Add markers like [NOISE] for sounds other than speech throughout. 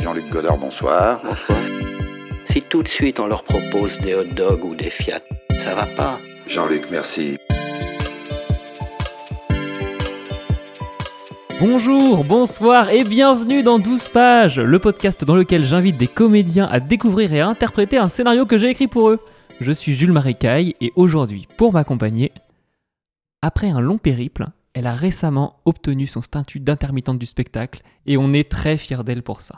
Jean-Luc Godard, bonsoir. Bonsoir. Si tout de suite on leur propose des hot dogs ou des Fiat, ça va pas. Jean-Luc, merci. Bonjour, bonsoir et bienvenue dans 12 pages, le podcast dans lequel j'invite des comédiens à découvrir et à interpréter un scénario que j'ai écrit pour eux. Je suis Jules Marécaille et aujourd'hui, pour m'accompagner, après un long périple, elle a récemment obtenu son statut d'intermittente du spectacle et on est très fiers d'elle pour ça.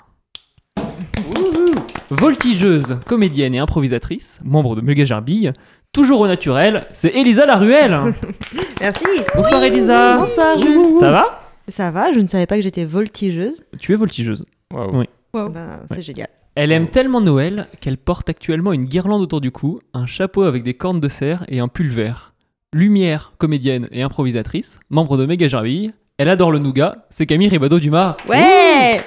Voltigeuse, comédienne et improvisatrice, membre de Méga Gerbille, toujours au naturel, c'est Elisa Laruelle. Merci. Bonsoir Elisa. Bonsoir Jules. Ça va Ça va, je ne savais pas que j'étais voltigeuse. Tu es voltigeuse. Waouh. Ben, c'est génial. Elle aime tellement Noël qu'elle porte actuellement une guirlande autour du cou, un chapeau avec des cornes de cerf et un pull vert. Lumière, comédienne et improvisatrice, membre de Méga Gerbille, elle adore le nougat, c'est Camille Ribado-Dumas. Ouais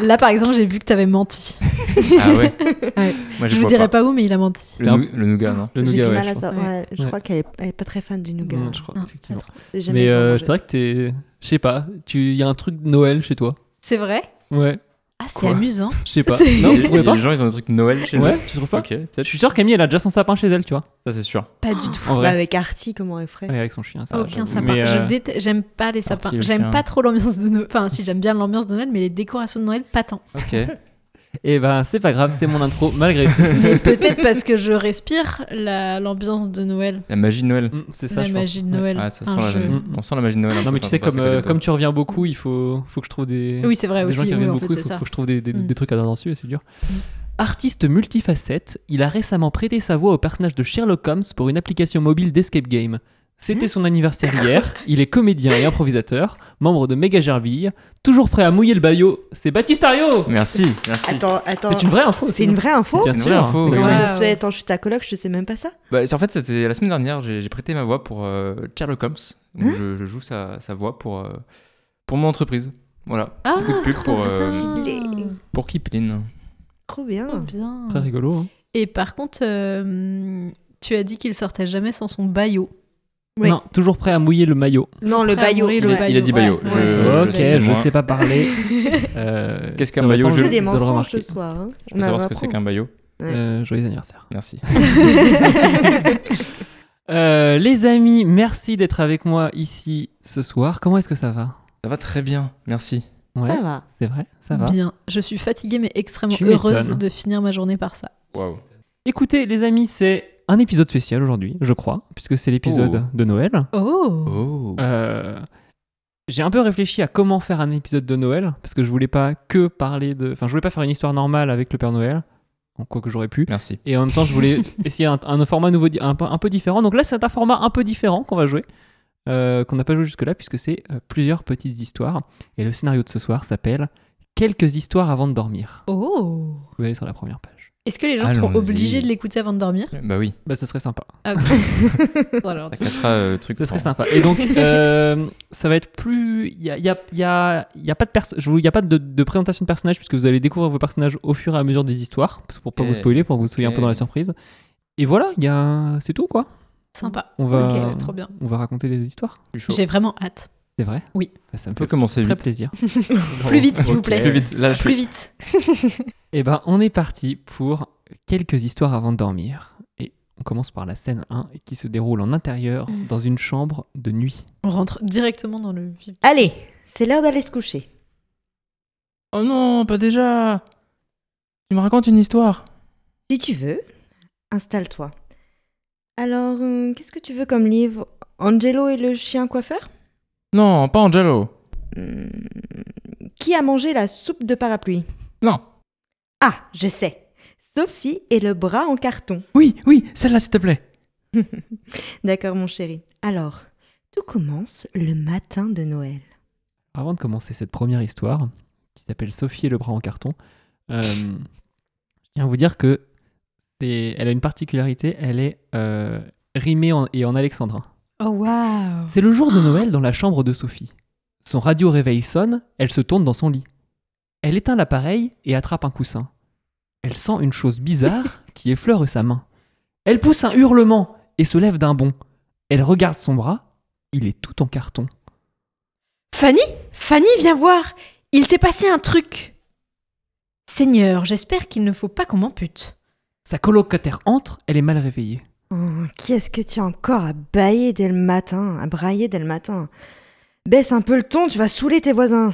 Là, par exemple, j'ai vu que t'avais menti. Ah ouais. Ouais. Moi, je je vous vois dirai pas. pas où, mais il a menti. Le, nou- le nougat, non Le J'ai nougat, du ouais, mal je à pense. ça. ouais, je Ouais. crois qu'elle est, elle est pas très fan du nougat. Non, je crois, Non, effectivement. J'ai jamais Mais fait à euh, manger. c'est vrai que t'es. Je sais pas, il y a un truc de Noël chez toi. C'est vrai Ouais, Ah, c'est Quoi amusant. je [LAUGHS] sais pas. C'est- Non, vous trouvez les, pas les gens, ils ont des trucs Noël chez Ouais, eux. tu trouves pas Ok, peut-être. Je suis sûr, Camille, elle a déjà son sapin chez elle, tu vois. Ça, c'est sûr. Pas du tout. En Bah, vrai. avec Artie, comment elle ferait Ouais, avec son chien, ça. Aucun j'avoue. sapin. Mais, Je euh, déteste- J'aime pas les sapins. parti, le J'aime chien. pas trop l'ambiance de Noël. Enfin, si j'aime bien l'ambiance de Noël, mais les décorations de Noël, pas tant. Ok. Eh ben, c'est pas grave, c'est mon intro, malgré [LAUGHS] tout. Mais peut-être parce que je respire la- l'ambiance de Noël, La magie de Noël. Mm, c'est ça, la je pense. magie de Ouais. Noël. Ah, ça sent Enfin, la... je- Mm. On sent la magie de Noël. hein, un Non peu mais tu quand sais on passe comme, à côté euh, de toi. comme tu reviens beaucoup, il faut, faut que je trouve des, Oui, c'est vrai des gens aussi. qui Oui, reviennent en beaucoup, fait, c'est il faut, ça. faut que je trouve des, des- Mm. des trucs à dire dessus, et c'est dur. Mm. Artiste multifacette, il a récemment prêté sa voix au personnage de Sherlock Holmes pour une application mobile d'escape game. C'était Mm. son anniversaire hier, il est comédien et improvisateur, membre de Méga Gerbille, toujours prêt à mouiller le baillot, c'est Baptiste Ario Merci, merci. Attends, attends. C'est une vraie info C'est une vraie info Bien C'est une sûr. vraie info. Mais Comment ouais. ça se fait Attends, je suis ta coloc, je sais même pas ça. Bah, c'est- en fait, c'était la semaine dernière, j'ai j'ai prêté ma voix pour euh, Sherlock Holmes. où Hein je, je joue sa, sa voix pour, euh, pour mon entreprise. Voilà. Ah, Petit coup de pub pour, euh, stylé. pour Kipling. Trop bien. Oh. Trop bien. Très rigolo. hein. Et par contre, euh, tu as dit qu'il sortait jamais sans son baillot. Oui. Non, toujours prêt à mouiller le maillot. Non, le Prêt à baillot. mourir, Il le a- il a dit baillot. baillot, Ouais, je- ouais. ok, sais, je moi. sais pas parler. [LAUGHS] Euh, Qu'est-ce qu'un ça aurait maillot, tant Il je- y de a des le mensonges remarquer. ce soir. hein. Je On Bah, peux a savoir un ce que c'est pro. qu'un baillot. Ouais. Euh, joyeux anniversaire. Merci. Euh, les amis, merci d'être avec moi ici ce soir. Comment est-ce que ça va Ça va très bien, merci. Ouais, Ça va. c'est vrai, ça va. Bien. Je suis fatiguée, mais extrêmement Tu heureuse m'étonnes. de finir ma journée par ça. Waouh. Écoutez, les amis, c'est un épisode spécial aujourd'hui, je crois, puisque c'est l'épisode de Noël. Oh Oh. Euh, j'ai un peu réfléchi à comment faire un épisode de Noël, parce que je voulais pas que parler de. Enfin, je voulais pas faire une histoire normale avec le Père Noël, en quoi que j'aurais pu. Merci. Et en même temps, je [LAUGHS] voulais essayer un, un format nouveau, di- un, peu- un peu différent. Donc là, c'est un format un peu différent qu'on va jouer, euh, qu'on n'a pas joué jusque-là, puisque c'est euh, plusieurs petites histoires. Et le scénario de ce soir s'appelle Quelques histoires avant de dormir. Oh Vous allez sur la première page. Est-ce que les gens seront Allons-y. obligés de l'écouter avant de dormir Bah oui, Bah, ça serait sympa. [LAUGHS] Ah, Alors, ça cassera euh, le truc. Ça serait pour- sympa. Et [LAUGHS] donc, euh, ça va être plus. Il n'y a, il y a- il y a- il y a pas de, perso- je vous- il y a pas de, de présentation de personnages, puisque vous allez découvrir vos personnages au fur et à mesure des histoires, parce que pour pas vous Eh, spoiler, pour que vous soyez un peu eh. dans la surprise. Et voilà, il y a... c'est tout, quoi. sympa. On va, Ok, trop bien. on va raconter des histoires. Je suis chaud. J'ai vraiment hâte. C'est vrai Oui. Bah, ça me On peut fait commencer très vite. [LAUGHS] plaisir. Plus vite, s'il vous plaît. Plus vite. Là, je Plus suis... vite. Eh ben, on est parti pour quelques histoires avant de dormir. Et on commence par la scène 1 qui se déroule en intérieur Mm. dans une chambre de nuit. On rentre directement dans le vif. Allez, c'est l'heure d'aller se coucher. Oh non, pas déjà Tu me racontes une histoire Si tu veux, installe-toi. Alors, euh, qu'est-ce que tu veux comme livre Angelo et le chien coiffeur Non, pas Angelo. Hmm, Qui a mangé la soupe de parapluie Non. Ah, je sais. Sophie et le bras en carton. Oui, oui, celle-là, s'il te plaît. D'accord, mon chéri. Alors, tout commence le matin de Noël. Avant de commencer cette première histoire, qui s'appelle Sophie et le bras en carton, euh, je tiens à vous dire que c'est, elle a une particularité, elle est euh, rimée en- et en alexandrin. Oh waouh C'est le Ah. jour de Noël dans la chambre de Sophie. Son radio réveil sonne, elle se tourne dans son lit. Elle éteint l'appareil et attrape un coussin. Elle sent une chose [LAUGHS] bizarre qui effleure sa main. Elle pousse un hurlement et se lève d'un bond. Elle regarde son bras, il est tout en carton. Fanny Fanny, viens voir Il s'est passé un truc Seigneur, j'espère qu'il ne faut pas qu'on m'ampute. Sa colocataire entre, elle est mal réveillée. Oh, qui est-ce que tu as encore à bailler dès le matin, à brailler dès le matin Baisse un peu le ton, tu vas saouler tes voisins.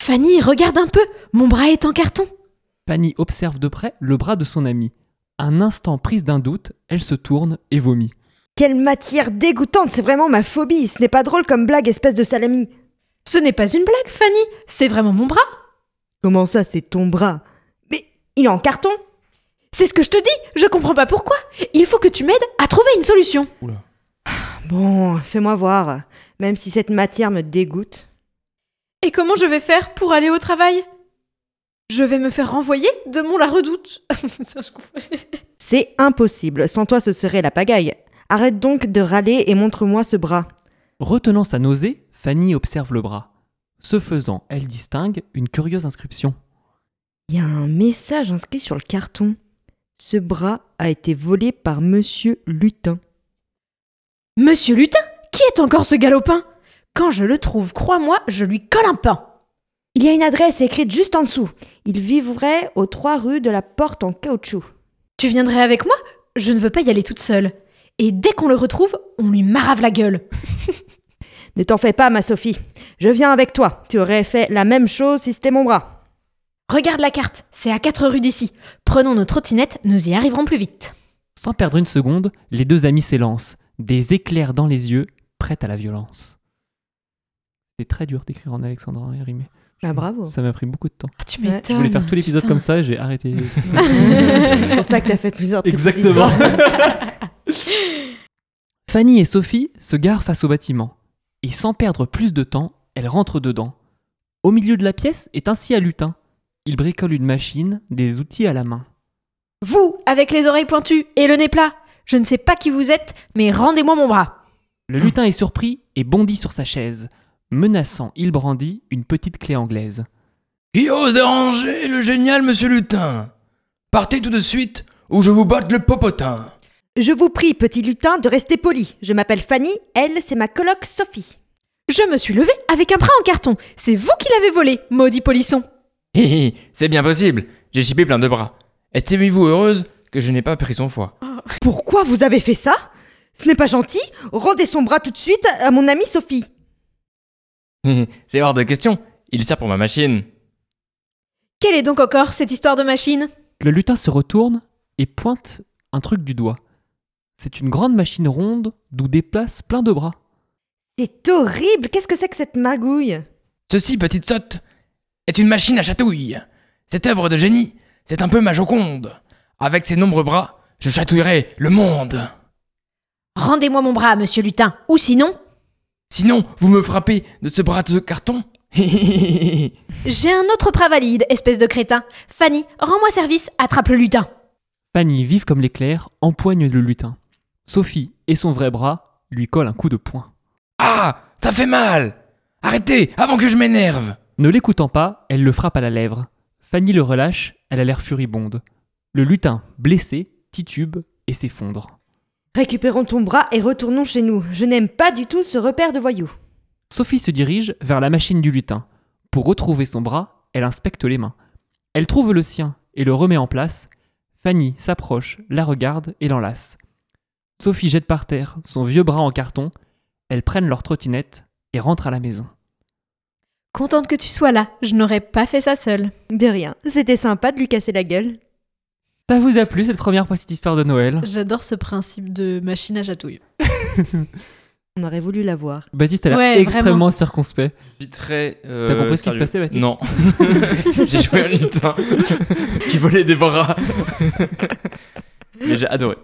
Fanny, regarde un peu Mon bras est en carton Fanny observe de près le bras de son amie. Un instant prise d'un doute, elle se tourne et vomit. Quelle matière dégoûtante, c'est vraiment ma phobie. Ce n'est pas drôle comme blague, espèce de salami. Ce n'est pas une blague, Fanny C'est vraiment mon bras Comment ça, c'est ton bras Mais il est en carton C'est ce que je te dis Je comprends pas pourquoi Il faut que tu m'aides à trouver une solution Bon, fais-moi voir. Même si cette matière me dégoûte. Et comment je vais faire pour aller au travail Je vais me faire renvoyer de mon la redoute [LAUGHS] Ça, je comprends. C'est impossible. Sans toi, ce serait la pagaille. Arrête donc de râler et montre-moi ce bras. Retenant sa nausée, Fanny observe le bras. Ce faisant, elle distingue une curieuse inscription. Il y a un message inscrit sur le carton. Ce bras a été volé par Monsieur Lutin. Monsieur Lutin Qui est encore ce galopin Quand je le trouve, crois-moi, je lui colle un pain Il y a une adresse écrite juste en dessous. Il vivrait aux trois rues de la porte en caoutchouc. Tu viendrais avec moi Je ne veux pas y aller toute seule. Et dès qu'on le retrouve, on lui marave la gueule. Ne t'en fais pas, ma Sophie. Je viens avec toi. Tu aurais fait la même chose si c'était mon bras. Regarde la carte, c'est à 4 rues d'ici. Prenons nos trottinettes, nous y arriverons plus vite. Sans perdre une seconde, les deux amis s'élancent, des éclairs dans les yeux, prêtes à la violence. C'est très dur d'écrire en alexandrin et rimé. Ah, Bah, bravo. Ça m'a pris beaucoup de temps. Ah, tu Ouais. m'étonnes. Je voulais faire tout l'épisode putain. comme ça et j'ai arrêté. [LAUGHS] c'est pour ça que t'as fait plusieurs petites histoires. Fanny et Sophie se garent face au bâtiment. Et sans perdre plus de temps, elles rentrent dedans. Au milieu de la pièce est ainsi à lutin. Il bricole une machine, des outils à la main. Vous, avec les oreilles pointues et le nez plat, je ne sais pas qui vous êtes, mais rendez-moi mon bras. Le lutin est surpris et bondit sur sa chaise. Menaçant, il brandit une petite clé anglaise. Qui ose déranger le génial monsieur Lutin Partez tout de suite ou je vous batte le [LAUGHS] popotin. Je vous prie, petit lutin, de rester poli. Je m'appelle Fanny, elle, c'est ma coloc Sophie. Je me suis levée avec un bras en carton. C'est vous qui l'avez volé, maudit polisson. Hi, hi, c'est bien possible, j'ai chipé plein de bras. Estimez-vous heureuse que je n'ai pas pris son foie. [LAUGHS] Pourquoi vous avez fait ça Ce n'est pas gentil. Rendez son bras tout de suite à mon amie Sophie. c'est hors de question, il sert pour ma machine. Quelle est donc encore cette histoire de machine Le lutin se retourne et pointe un truc du doigt. C'est une grande machine ronde d'où déplace plein de bras. C'est horrible. Qu'est-ce que c'est que cette magouille Ceci, petite sotte, est une machine à chatouille. Cette œuvre de génie, c'est un peu ma Joconde. Avec ses nombreux bras, je chatouillerai le monde. Rendez-moi mon bras, monsieur Lutin, ou sinon, Sinon, vous me frappez de ce bras de carton [LAUGHS] j'ai un autre bras valide, espèce de crétin. Fanny, rends-moi service, attrape le lutin. Fanny, vive comme l'éclair, empoigne le lutin. Sophie et son vrai bras lui collent un coup de poing. Ah, ça fait mal Arrêtez avant que je m'énerve Ne l'écoutant pas, elle le frappe à la lèvre. Fanny le relâche, elle a l'air furibonde. Le lutin, blessé, titube et s'effondre. Récupérons ton bras et retournons chez nous. Je n'aime pas du tout ce repère de voyous. Sophie se dirige vers la machine du lutin. Pour retrouver son bras, elle inspecte les mains. Elle trouve le sien et le remet en place. Fanny s'approche, la regarde et l'enlace. Sophie jette par terre son vieux bras en carton. Elles prennent leur trottinette et rentrent à la maison. Contente que tu sois là, je n'aurais pas fait ça seule. De rien. C'était sympa de lui casser la gueule. Ça vous a plu cette première petite histoire de Noël J'adore ce principe de machine à chatouille. On aurait voulu la voir. Baptiste, elle est Ouais, extrêmement vraiment. circonspect. Je suis très. euh, T'as compris ce qui se sérieux. passait, Baptiste Non. [LAUGHS] j'ai joué à [LAUGHS] un lutin qui volait des bras. Mais j'ai adoré.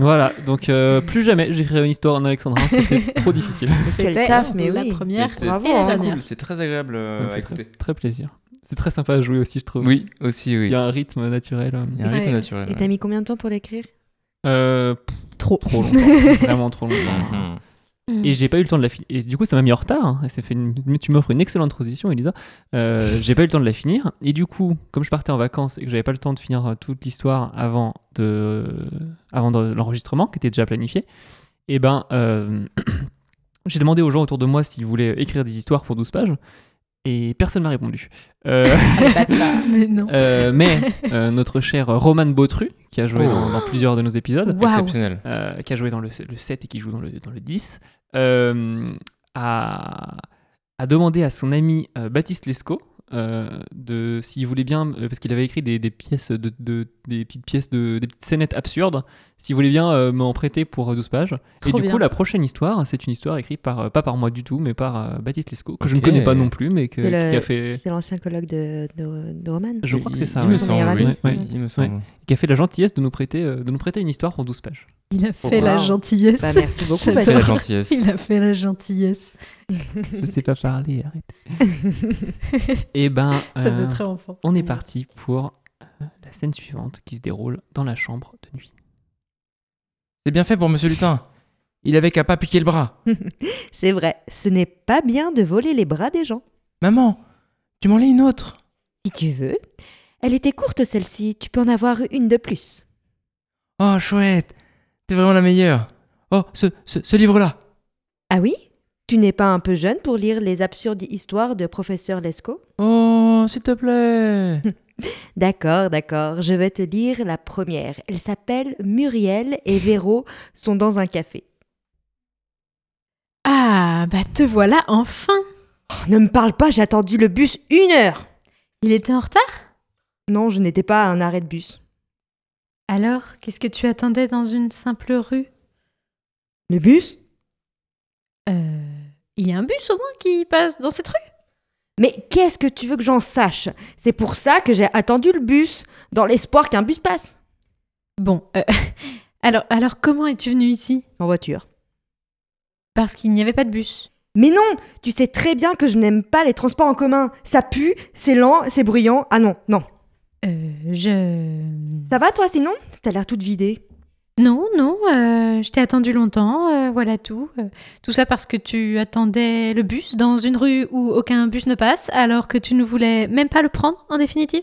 Voilà, donc euh, plus jamais j'écrirai une histoire en alexandrin, c'est- c'est trop difficile. Quel taf, mais la oui. première. Mais c'est Bravo. Et la hein. dernière. Cool, c'est très agréable euh, Ça me à fait très, écouter. très plaisir. C'est très sympa à jouer aussi, je trouve. Oui, aussi, oui. Il y a un rythme naturel. euh. Il y a un rythme Ouais. naturel. Et ouais. t'as mis combien de temps pour l'écrire Euh, pff, Trop. trop longtemps, vraiment trop longtemps. [LAUGHS] Mhm. Et j'ai pas eu le temps de la finir. Et du coup, ça m'a mis en retard. hein. Et ça fait une- Mais Tu m'offres une excellente transition, Elisa. Euh, j'ai pas eu le temps de la finir. Et du coup, comme je partais en vacances et que j'avais pas le temps de finir euh, toute l'histoire avant de, euh, avant de l'enregistrement, qui était déjà planifié, eh et [CLEARS THROAT] ben, euh, j'ai demandé aux gens autour de moi s'ils voulaient écrire des histoires pour 12 pages. Et personne m'a répondu. Euh, Mais non. [LAUGHS] euh, mais euh, notre cher Roman Bautru, qui a joué Oh. dans, dans plusieurs de nos épisodes, Waouh. Exceptionnel. euh, qui a joué dans le, le 7 et qui joue dans le, dans le 10, euh, a, a demandé à son ami euh, Baptiste Lescaut euh, de s'il voulait bien, euh, parce qu'il avait écrit des, des pièces, de, de- des petites pièces, de, des petites scénettes absurdes, s'il voulait bien euh, m'en prêter pour euh, 12 pages. et Trop du coup, bien. la prochaine histoire, c'est une histoire écrite par, euh, pas par moi du tout, mais par euh, Baptiste Lescaut, que je ne Ok. connais pas non plus, mais que, C'est le- Euh, qui a fait. c'est l'ancien colloque de, de, de Roman. Je crois que c'est ça. Il Ah ouais. me Son meilleur semble, oui. ami. Ouais, ouais. Il me semble. qui a fait la gentillesse de nous prêter, euh, de nous prêter une histoire pour 12 pages. Il a fait wow. la gentillesse. [LAUGHS] Bah, merci beaucoup, J'adore. C'est la Baptiste. gentillesse. Il a fait la gentillesse. Je sais pas parler, arrête. Et ben, Ça euh, faisait très enfant. on est parti pour euh, la scène suivante qui se déroule dans la chambre de nuit. C'est bien fait pour Monsieur Lutin. Il avait qu'à pas piquer le bras. C'est vrai, ce n'est pas bien de voler les bras des gens. Maman, tu m'en lis une autre Si tu veux. Elle était courte celle-ci, tu peux en avoir une de plus. Oh, chouette. T'es vraiment la meilleure. Oh, ce, ce, ce livre-là. Ah oui Tu n'es pas un peu jeune pour lire les absurdes histoires de professeur Lescaut Oh, s'il te plaît. D'accord, d'accord, je vais te lire la première. Elle s'appelle Muriel et Véro sont dans un café. Ah, bah te voilà enfin. Oh, ne me parle pas, j'ai attendu le bus une heure Il était en retard Non, je n'étais pas à un arrêt de bus. Alors, qu'est-ce que tu attendais dans une simple rue Le bus Euh, il y a un bus au moins qui passe dans cette rue Mais qu'est-ce que tu veux que j'en sache C'est pour ça que j'ai attendu le bus, dans l'espoir qu'un bus passe. Bon, euh, [LAUGHS] alors, alors comment es-tu venu ici En voiture. Parce qu'il n'y avait pas de bus. Mais non, tu sais très bien que je n'aime pas les transports en commun. Ça pue, c'est lent, c'est bruyant. Ah non, non. Euh, je... Ça va toi sinon T'as l'air toute vidée. Non, non, euh, je t'ai attendu longtemps, euh, voilà tout. Euh, tout ça parce que tu attendais le bus dans une rue où aucun bus ne passe, alors que tu ne voulais même pas le prendre en définitive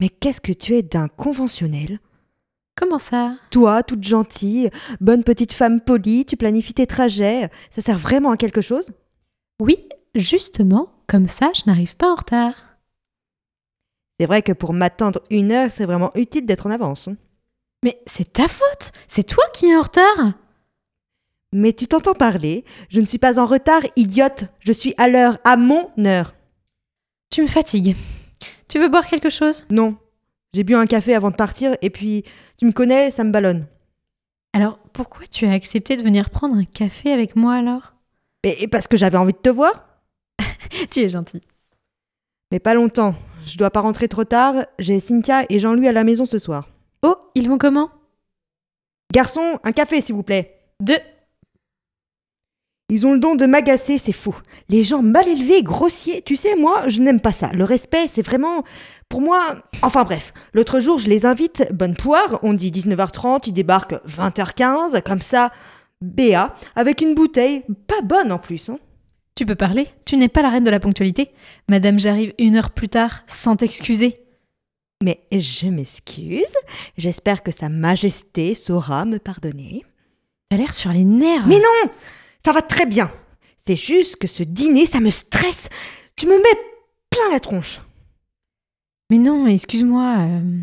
Mais qu'est-ce que tu es d'un conventionnel Comment ça Toi, toute gentille, bonne petite femme polie, tu planifies tes trajets. Ça sert vraiment à quelque chose Oui, justement, comme ça, je n'arrive pas en retard. C'est vrai que pour m'attendre une heure, c'est vraiment utile d'être en avance. Mais c'est ta faute C'est toi qui es en retard Mais tu t'entends parler. Je ne suis pas en retard, idiote. Je suis à l'heure, à mon heure. Tu me fatigues. Tu veux boire quelque chose Non. J'ai bu un café avant de partir et puis, tu me connais, ça me ballonne. Alors, pourquoi tu as accepté de venir prendre un café avec moi alors Et, et parce que j'avais envie de te voir Tu es gentil. Mais pas longtemps. Je dois pas rentrer trop tard. J'ai Cynthia et Jean-Louis à la maison ce soir. Oh, ils vont comment Garçon, un café s'il vous plaît. Deux. Ils ont le don de m'agacer, c'est fou. Les gens mal élevés, grossiers, tu sais, moi, je n'aime pas ça. Le respect, c'est vraiment... Pour moi... Enfin bref, l'autre jour, je les invite, bonne poire, on dit 19h30, ils débarquent 20h15, comme ça, BA, avec une bouteille, pas bonne en plus. hein. Tu peux parler, tu n'es pas la reine de la ponctualité. Madame, j'arrive une heure plus tard, sans t'excuser. Mais je m'excuse, j'espère que Sa Majesté saura me pardonner. T'as l'air sur les nerfs. Mais non Ça va très bien. C'est juste que ce dîner, ça me stresse. Tu me mets plein la tronche. Mais non, excuse-moi. euh,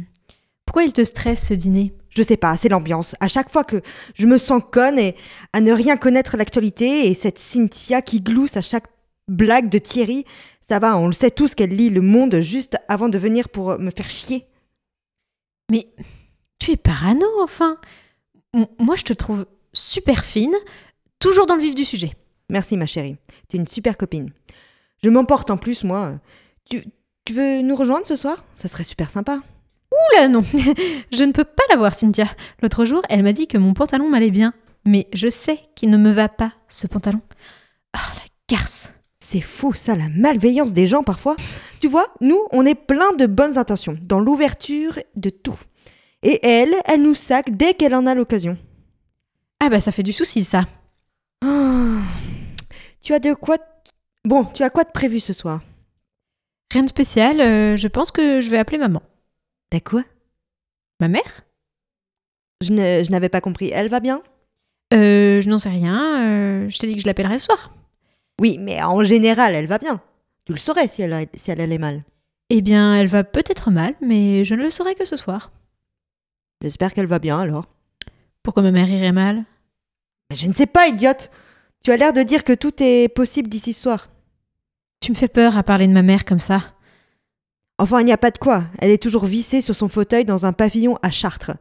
Pourquoi il te stresse ce dîner Je sais pas, c'est l'ambiance. À chaque fois que je me sens conne et à ne rien connaître l'actualité et cette Cynthia qui glousse à chaque blague de Thierry, ça va, on le sait tous qu'elle lit le monde juste avant de venir pour euh, me faire chier. Tu es parano, enfin. M- moi, je te trouve super fine, toujours dans le vif du sujet. Merci ma chérie, t'es une super copine. Je m'emporte en plus moi. Tu, tu veux nous rejoindre ce soir Ça serait super sympa. Oula, non [LAUGHS] Je ne peux pas la voir, Cynthia. L'autre jour, elle m'a dit que mon pantalon m'allait bien. Mais je sais qu'il ne me va pas, ce pantalon. Ah, la garce C'est fou ça, la malveillance des gens parfois. Tu vois, nous, on est plein de bonnes intentions, dans l'ouverture de tout. Et elle, elle nous sac dès qu'elle en a l'occasion. Ah bah, ça fait du souci, ça. Ah. Tu as de quoi t- Bon, tu as quoi de prévu ce soir Rien de spécial, euh, je pense que je vais appeler maman. T'as quoi Ma mère Je ne- je n'avais pas compris. Elle va bien Euh, Je n'en sais rien, euh, je t'ai dit que je l'appellerais ce soir. Oui, mais en général, elle va bien. Tu le saurais si elle, a- si elle allait mal. Eh bien, elle va peut-être mal, mais je ne le saurai que ce soir. J'espère qu'elle va bien alors. Pourquoi ma mère irait mal Mais je ne sais pas, idiote. Tu as l'air de dire que tout est possible d'ici ce soir. Tu me fais peur à parler de ma mère comme ça. Enfin, il n'y a pas de quoi. Elle est toujours vissée sur son fauteuil dans un pavillon à Chartres.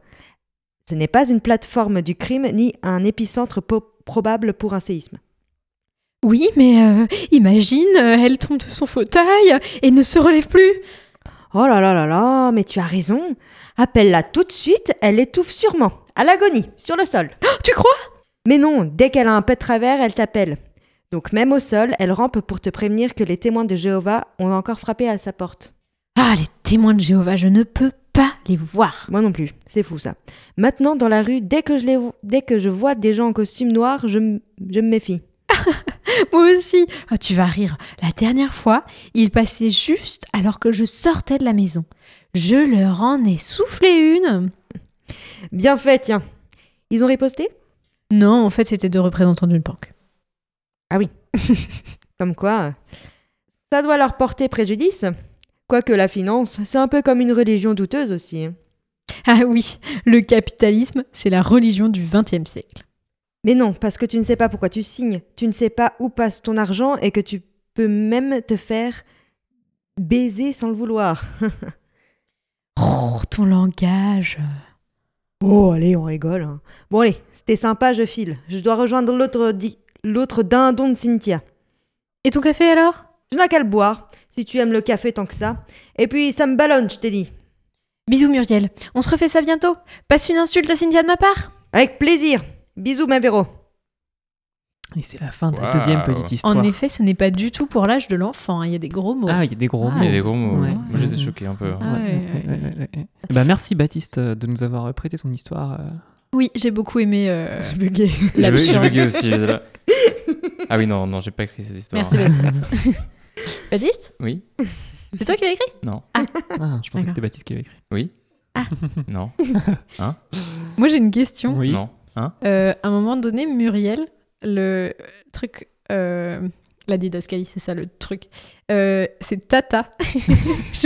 Ce n'est pas une plateforme du crime ni un épicentre po- probable pour un séisme. Oui, mais euh, imagine, euh, elle tombe de son fauteuil et ne se relève plus. [GASPS] Oh là là là là, mais tu as raison. Appelle-la tout de suite, elle étouffe sûrement. À l'agonie, sur le sol. Tu crois Mais non, dès qu'elle a un peu de travers, elle t'appelle. Donc même au sol, elle rampe pour te prévenir que les témoins de Jéhovah ont encore frappé à sa porte. Ah, les témoins de Jéhovah, je ne peux pas les voir. Moi non plus, c'est fou ça. Maintenant, dans la rue, dès que je, les... vo- dès que je vois des gens en costume noir, je, m- je me méfie. Moi aussi. Ah, tu vas rire. La dernière fois, ils passaient juste alors que je sortais de la maison. Je leur en ai soufflé une. Bien fait, tiens. Ils ont riposté Non, en fait, c'était deux représentants d'une banque. Comme quoi, euh, ça doit leur porter préjudice. Quoique la finance, c'est un peu comme une religion douteuse aussi. hein. [LAUGHS] Ah oui, le capitalisme, c'est la religion du XXe siècle. Mais non, parce que tu ne sais pas pourquoi tu signes, tu ne sais pas où passe ton argent et que tu peux même te faire baiser sans le vouloir. Oh, ton langage. Oh, allez, on rigole. hein. Bon, allez, c'était sympa, je file. Je dois rejoindre l'autre di- l'autre dindon de Cynthia. Et ton café alors Je n'ai qu'à le boire, si tu aimes le café tant que ça. Et puis, ça me ballonne, je t'ai dit. Bisous Muriel. On se refait ça bientôt. Passe une insulte à Cynthia de ma part. Avec plaisir. Bisous, ma Véro. Et c'est la fin de la Waouh. deuxième petite histoire. En effet, ce n'est pas du tout pour l'âge de l'enfant. hein. Il y a des gros mots. Ah, il y a des gros Ah, mots. Il y a des gros mots. Ouais. Moi, j'étais choqué un peu. hein. Ah ouais, ouais, ouais. Bah, merci Baptiste euh, de nous avoir prêté ton histoire. euh. Oui, j'ai beaucoup aimé. euh, J'ai bugué. J'ai bu- j'ai l'absurde. bugué aussi. j'étais là. Ah oui, non, non, j'ai pas écrit cette histoire. Merci Baptiste. euh, Baptiste Oui, C'est toi qui l'as écrit Ah, je pensais D'accord. que c'était Baptiste qui l'avait écrit. non, Moi j'ai une question. Oui. non. Hein Euh, à un moment donné, Muriel, le truc. euh, La didascalie, c'est ça le truc. Euh, c'est Tata. [LAUGHS] Je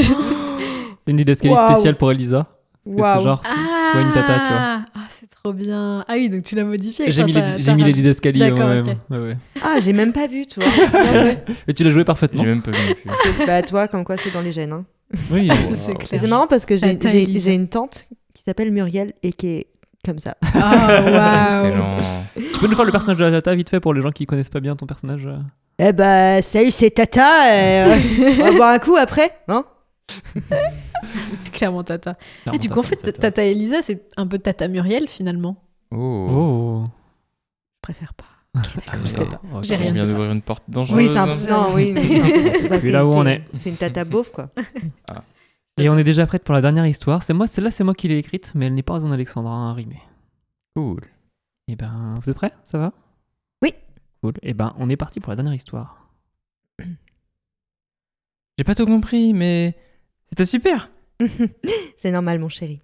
sais- Oh. C'est une didascalie Waouh. spéciale pour Elisa. C'est Waouh. ce genre, so- sois une tata, tu vois. Ah, ah, c'est trop bien. Ah oui, donc tu l'as modifié. J'ai quand mis, t'as- les, t'as j'ai mis les rajouté. didascalies D'accord, moi-même. ok. Ouais, ouais. Ah, j'ai même pas vu, [LAUGHS] toi. Bien joué. Et tu l'as joué parfaitement. J'ai même pas vu non plus. bah, toi, comme quoi, c'est dans les gènes. hein. Oui, Wow. Ah, C'est clair. Mais C'est marrant parce que j'ai- Ah, t'as j'ai Elisa. j'ai une tante qui s'appelle Muriel et qui est comme ça. Ah, waouh. Excellent. Tu peux nous faire le personnage de la tata vite fait pour les gens qui connaissent pas bien ton personnage euh. Eh bah, salut, c'est Tata. euh, on va boire un coup après, hein C'est clairement Tata. Ah, Clairement, du coup, tata, en fait, tata. Tata Elisa, c'est un peu Tata Muriel finalement. Oh. Ah, Oh. Je préfère pas. je sais pas. Ok. J'ai On rien vient dit. d'ouvrir une porte dangereuse. hein. Oui, c'est un peu. Non, oui. oui, c'est un peu- c'est pas- Puis c'est- là où on c'est- est. C'est une Tata beauf, quoi. Et on est déjà prête pour la dernière histoire. C'est moi, celle-là, c'est moi qui l'ai écrite, mais elle n'est pas hein, en alexandrin rimé. Cool. Et ben, vous êtes prêts Ça va Oui. Cool. Et ben, on est parti pour la dernière histoire. J'ai pas tout compris, mais c'était super. c'est normal, mon chéri.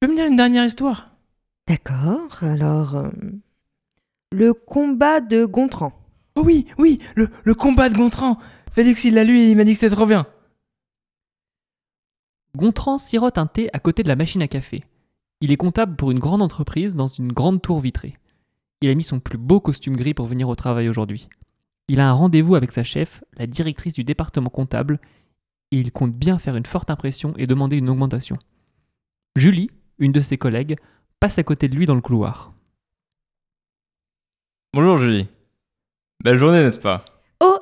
Tu peux me dire une dernière histoire D'accord, alors. euh, Le combat de Gontran. Oh oui, oui, le, le combat de Gontran. Félix, il l'a lu et il m'a dit que c'était trop bien. Gontran sirote un thé à côté de la machine à café. Il est comptable pour une grande entreprise dans une grande tour vitrée. Il a mis son plus beau costume gris pour venir au travail aujourd'hui. Il a un rendez-vous avec sa chef, la directrice du département comptable, et il compte bien faire une forte impression et demander une augmentation. Julie, une de ses collègues, passe à côté de lui dans le couloir. Bonjour Julie. Belle journée, n'est-ce pas Oh,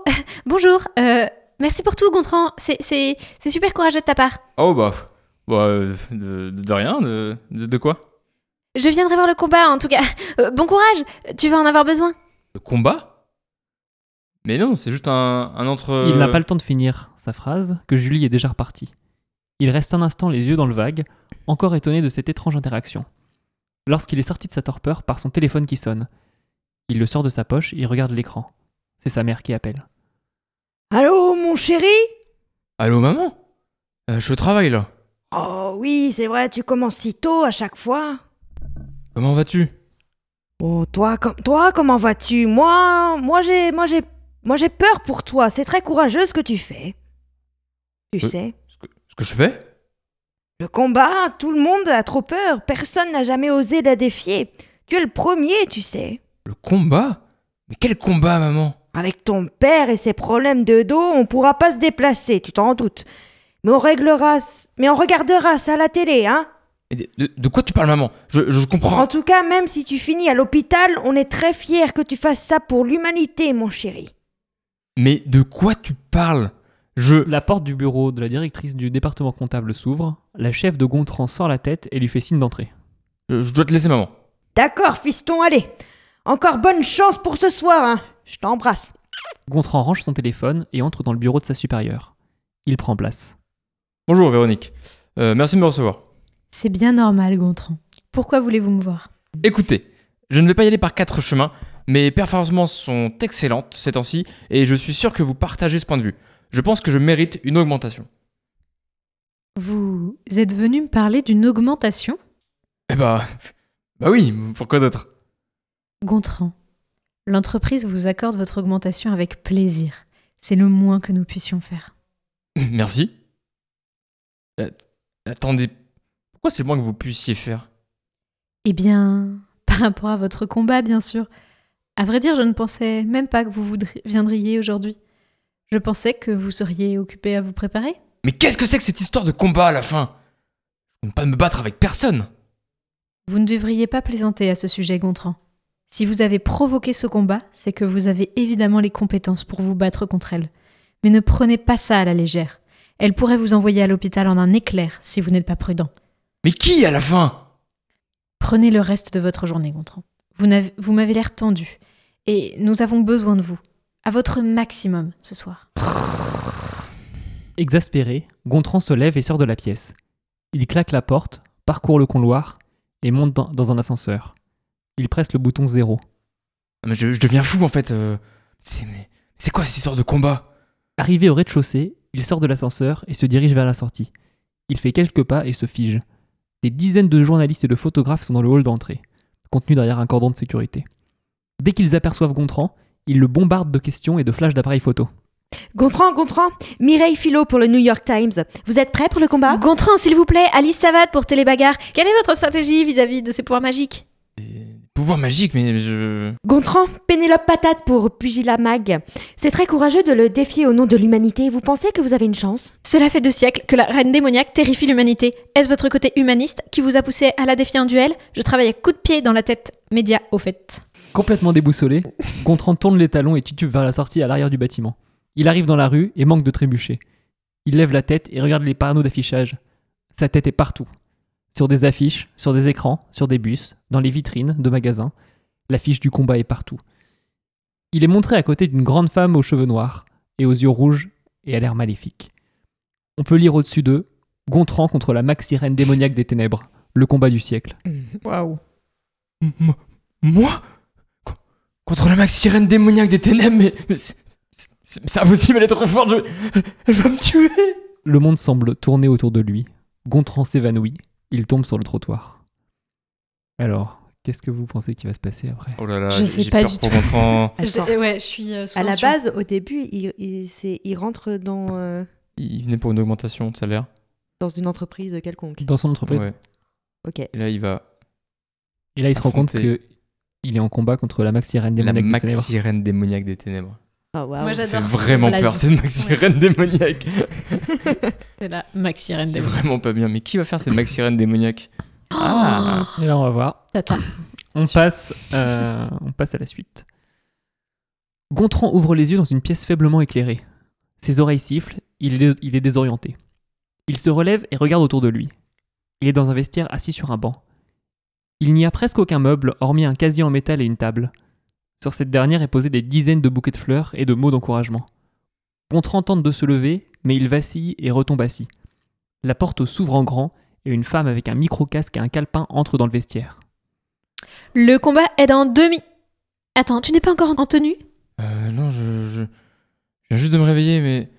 bonjour. euh, merci pour tout, Gontran. C'est- C'est c'est super courageux de ta part. Oh bah, pff, bah euh, de, de- de rien, de, de, de quoi Je viendrai voir le combat, en tout cas. [LAUGHS] Euh, bon courage, tu vas en avoir besoin. Le combat Mais non, c'est juste un, un entre... Il n'a pas le temps de finir sa phrase que Julie est déjà repartie. Il reste un instant les yeux dans le vague, encore étonné de cette étrange interaction. Lorsqu'il est sorti de sa torpeur par son téléphone qui sonne. Il le sort de sa poche et regarde l'écran. C'est sa mère qui appelle. Allô, mon chéri Allô maman Euh, Je suis au travail là. Oh oui, c'est vrai, tu commences si tôt à chaque fois. Comment vas-tu Oh, toi, com- toi comment vas-tu Moi, moi j'ai moi j'ai Moi, j'ai peur pour toi. C'est très courageux ce que tu fais. Tu Euh. sais, Ce que, ce que je fais le combat, tout le monde a trop peur. Personne n'a jamais osé la défier. Tu es le premier, tu sais. Le combat Mais quel combat, maman Avec ton père et ses problèmes de dos, on pourra pas se déplacer, tu t'en doutes. Mais on réglera, c- mais on regardera ça à la télé, hein. Et de, de- de quoi tu parles, maman je, je En comprends. tout cas, même si tu finis à l'hôpital, on est très fiers que tu fasses ça pour l'humanité, mon chéri. Mais de quoi tu parles Je. La porte du bureau de la directrice du département comptable s'ouvre, la chef de Gontran sort la tête et lui fait signe d'entrer. Je, je dois te laisser, maman. D'accord, fiston, allez. Encore bonne chance pour ce soir, hein. Je t'embrasse. Gontran range son téléphone et entre dans le bureau de sa supérieure. Il prend place. Bonjour, Véronique. Euh, merci de me recevoir. C'est bien normal, Gontran. Pourquoi voulez-vous me voir Écoutez, je ne vais pas y aller par quatre chemins. Mes performances sont excellentes ces temps-ci et je suis sûr que vous partagez ce point de vue. Je pense que je mérite une augmentation. Vous êtes venu me parler d'une augmentation Eh bah. Bah oui, pourquoi d'autre Gontran, l'entreprise vous accorde votre augmentation avec plaisir. C'est le moins que nous puissions faire. Merci. Euh, attendez, pourquoi c'est le moins que vous puissiez faire Eh bien, par rapport à votre combat, bien sûr. À vrai dire, je ne pensais même pas que vous voudri- viendriez aujourd'hui. Je pensais que vous seriez occupé à vous préparer. Mais qu'est-ce que c'est que cette histoire de combat à la fin Je ne pas me battre avec personne. Vous ne devriez pas plaisanter à ce sujet, Gontran. Si vous avez provoqué ce combat, c'est que vous avez évidemment les compétences pour vous battre contre elle. Mais ne prenez pas ça à la légère. Elle pourrait vous envoyer à l'hôpital en un éclair si vous n'êtes pas prudent. Mais qui à la fin Prenez le reste de votre journée, Gontran. Vous n'avez- vous m'avez l'air tendu. Et nous avons besoin de vous. À votre maximum ce soir. Exaspéré, Gontran se lève et sort de la pièce. Il claque la porte, parcourt le couloir et monte dans, dans un ascenseur. Il presse le bouton zéro. Ah, mais je, je deviens fou en fait. euh, c'est mais c'est quoi cette histoire de combat Arrivé au rez-de-chaussée, il sort de l'ascenseur et se dirige vers la sortie. Il fait quelques pas et se fige. Des dizaines de journalistes et de photographes sont dans le hall d'entrée, contenus derrière un cordon de sécurité. Dès qu'ils aperçoivent Gontran, ils le bombardent de questions et de flashs d'appareils photo. Gontran, Gontran, Mireille Philo pour le New York Times. Vous êtes prêts pour le combat Gontran, s'il vous plaît, Alice Savate pour Télébagarre. Quelle est votre stratégie vis-à-vis de ces pouvoirs magiques Pouvoir magique, mais je. Gontran, Pénélope Patate pour Pugilamag. C'est très courageux de le défier au nom de l'humanité. Vous pensez que vous avez une chance Cela fait deux siècles que la reine démoniaque terrifie l'humanité. Est-ce votre côté humaniste qui vous a poussé à la défier en duel Je travaille à coups de pied dans la tête. Média, au fait. Complètement déboussolé, Gontran tourne les talons et titube vers la sortie à l'arrière du bâtiment. Il arrive dans la rue et manque de trébucher. Il lève la tête et regarde les panneaux d'affichage. Sa tête est partout. Sur des affiches, sur des écrans, sur des bus, dans les vitrines de magasins. L'affiche du combat est partout. Il est montré à côté d'une grande femme aux cheveux noirs et aux yeux rouges et à l'air maléfique. On peut lire au-dessus d'eux Gontran contre la maxi-reine démoniaque des ténèbres, le combat du siècle. Waouh. Mhm. M- Moi Co- Contre la maxi-sirène démoniaque des ténèbres, mais, mais c'est- c'est c'est impossible, elle est trop forte, je- elle va me tuer Le monde semble tourner autour de lui. Gontran s'évanouit. Il tombe sur le trottoir. Alors, qu'est-ce que vous pensez qui va se passer après Oh là là, Je sais pas du tout. [LAUGHS] ouais, je suis. euh, À la base, au début, il, il- c'est- il rentre dans, euh, Il venait pour une augmentation de salaire. dans une entreprise quelconque. Dans son entreprise. Ouais. Ok. Et là, il va. Et là, il se rend compte Affronter. que il est en combat contre la maxi-reine des la Maniaques des Ténèbres. maxi-reine démoniaque des ténèbres. Ah, waouh. Moi, j'adore. Fait vraiment peur, cette maxi-reine démoniaque. C'est la Maxi Reine C'est vraiment pas bien, mais qui va faire cette maxi-reine démoniaque Ah Et là, on va voir. Tata. On passe, euh, on passe à la suite. Gontran ouvre les yeux dans une pièce faiblement éclairée. Ses oreilles sifflent, il est, il est désorienté. Il se relève et regarde autour de lui. Il est dans un vestiaire assis sur un banc. Il n'y a presque aucun meuble, hormis un casier en métal et une table. Sur cette dernière est posé des dizaines de bouquets de fleurs et de mots d'encouragement. Gontran tente de se lever, mais il vacille et retombe assis. La porte s'ouvre en grand et une femme avec un micro-casque et un calepin entre dans le vestiaire. Le combat est dans demi. Attends, tu n'es pas encore en tenue Euh, Non, je, je. Je viens juste de me réveiller, mais.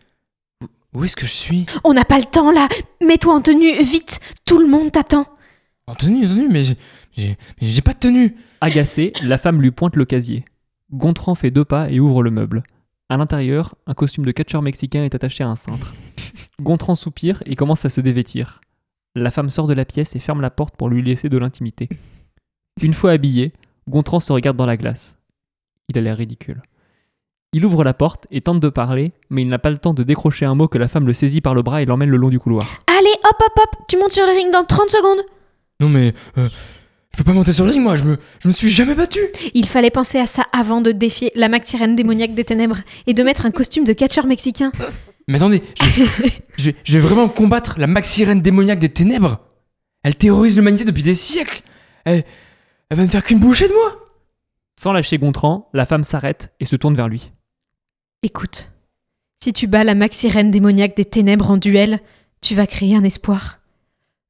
où- Où est-ce que je suis On n'a pas le temps là. Mets-toi en tenue, vite. Tout le monde t'attend. En tenue, en tenue, mais j'ai- j'ai mais j'ai pas de tenue. Agacé, la femme lui pointe le casier. Gontran fait deux pas et ouvre le meuble. À l'intérieur, un costume de catcheur mexicain est attaché à un cintre. Gontran soupire et commence à se dévêtir. La femme sort de la pièce et ferme la porte pour lui laisser de l'intimité. Une fois habillé, Gontran se regarde dans la glace. Il a l'air ridicule. Il ouvre la porte et tente de parler, mais il n'a pas le temps de décrocher un mot que la femme le saisit par le bras et l'emmène le long du couloir. Allez, hop, hop, hop, tu montes sur le ring dans 30 secondes. Non mais euh, je peux pas monter sur le ring moi, je me, je me suis jamais battu. Il fallait penser à ça avant de défier la Mac-Tyrène démoniaque des ténèbres et de mettre un costume de catcheur mexicain. Mais attendez, je, je vais, je vais vraiment combattre la maxi-reine démoniaque des ténèbres. Elle terrorise l'humanité depuis des siècles. Elle, elle va ne faire qu'une bouchée de moi. Sans lâcher Gontran, la femme s'arrête et se tourne vers lui. Écoute, si tu bats la maxi-reine démoniaque des ténèbres en duel, tu vas créer un espoir.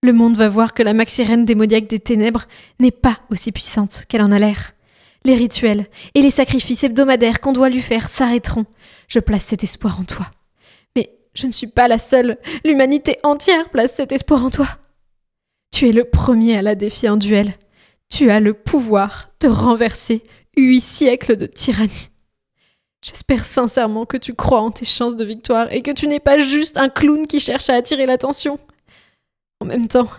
Le monde va voir que la maxi-reine démoniaque des ténèbres n'est pas aussi puissante qu'elle en a l'air. Les rituels et les sacrifices hebdomadaires qu'on doit lui faire s'arrêteront. Je place cet espoir en toi. Mais je ne suis pas la seule. L'humanité entière place cet espoir en toi. Tu es le premier à la défier en duel. Tu as le pouvoir de renverser huit siècles de tyrannie. J'espère sincèrement que tu crois en tes chances de victoire et que tu n'es pas juste un clown qui cherche à attirer l'attention. En même temps,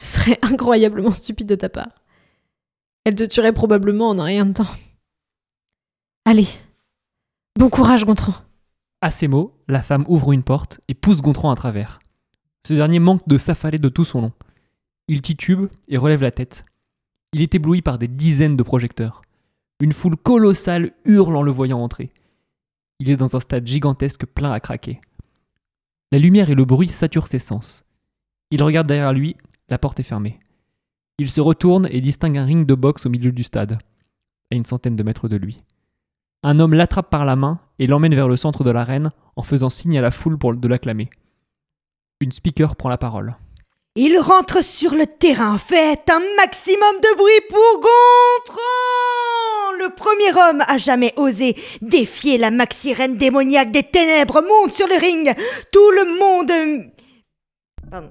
ce serait [LAUGHS] incroyablement stupide de ta part. Elle te tuerait probablement en un rien de temps. Allez, bon courage, Gontran. À ces mots, la femme ouvre une porte et pousse Gontran à travers. Ce dernier manque de s'affaler de tout son long. Il titube et relève la tête. Il est ébloui par des dizaines de projecteurs. Une foule colossale hurle en le voyant entrer. Il est dans un stade gigantesque plein à craquer. La lumière et le bruit saturent ses sens. Il regarde derrière lui, la porte est fermée. Il se retourne et distingue un ring de boxe au milieu du stade, à une centaine de mètres de lui. Un homme l'attrape par la main et l'emmène vers le centre de l'arène en faisant signe à la foule pour de l'acclamer. Une speaker prend la parole. Il rentre sur le terrain, faites un maximum de bruit pour Gontran Le premier homme à jamais osé défier la maxi-reine démoniaque des ténèbres monte sur le ring Tout le monde... Pardon.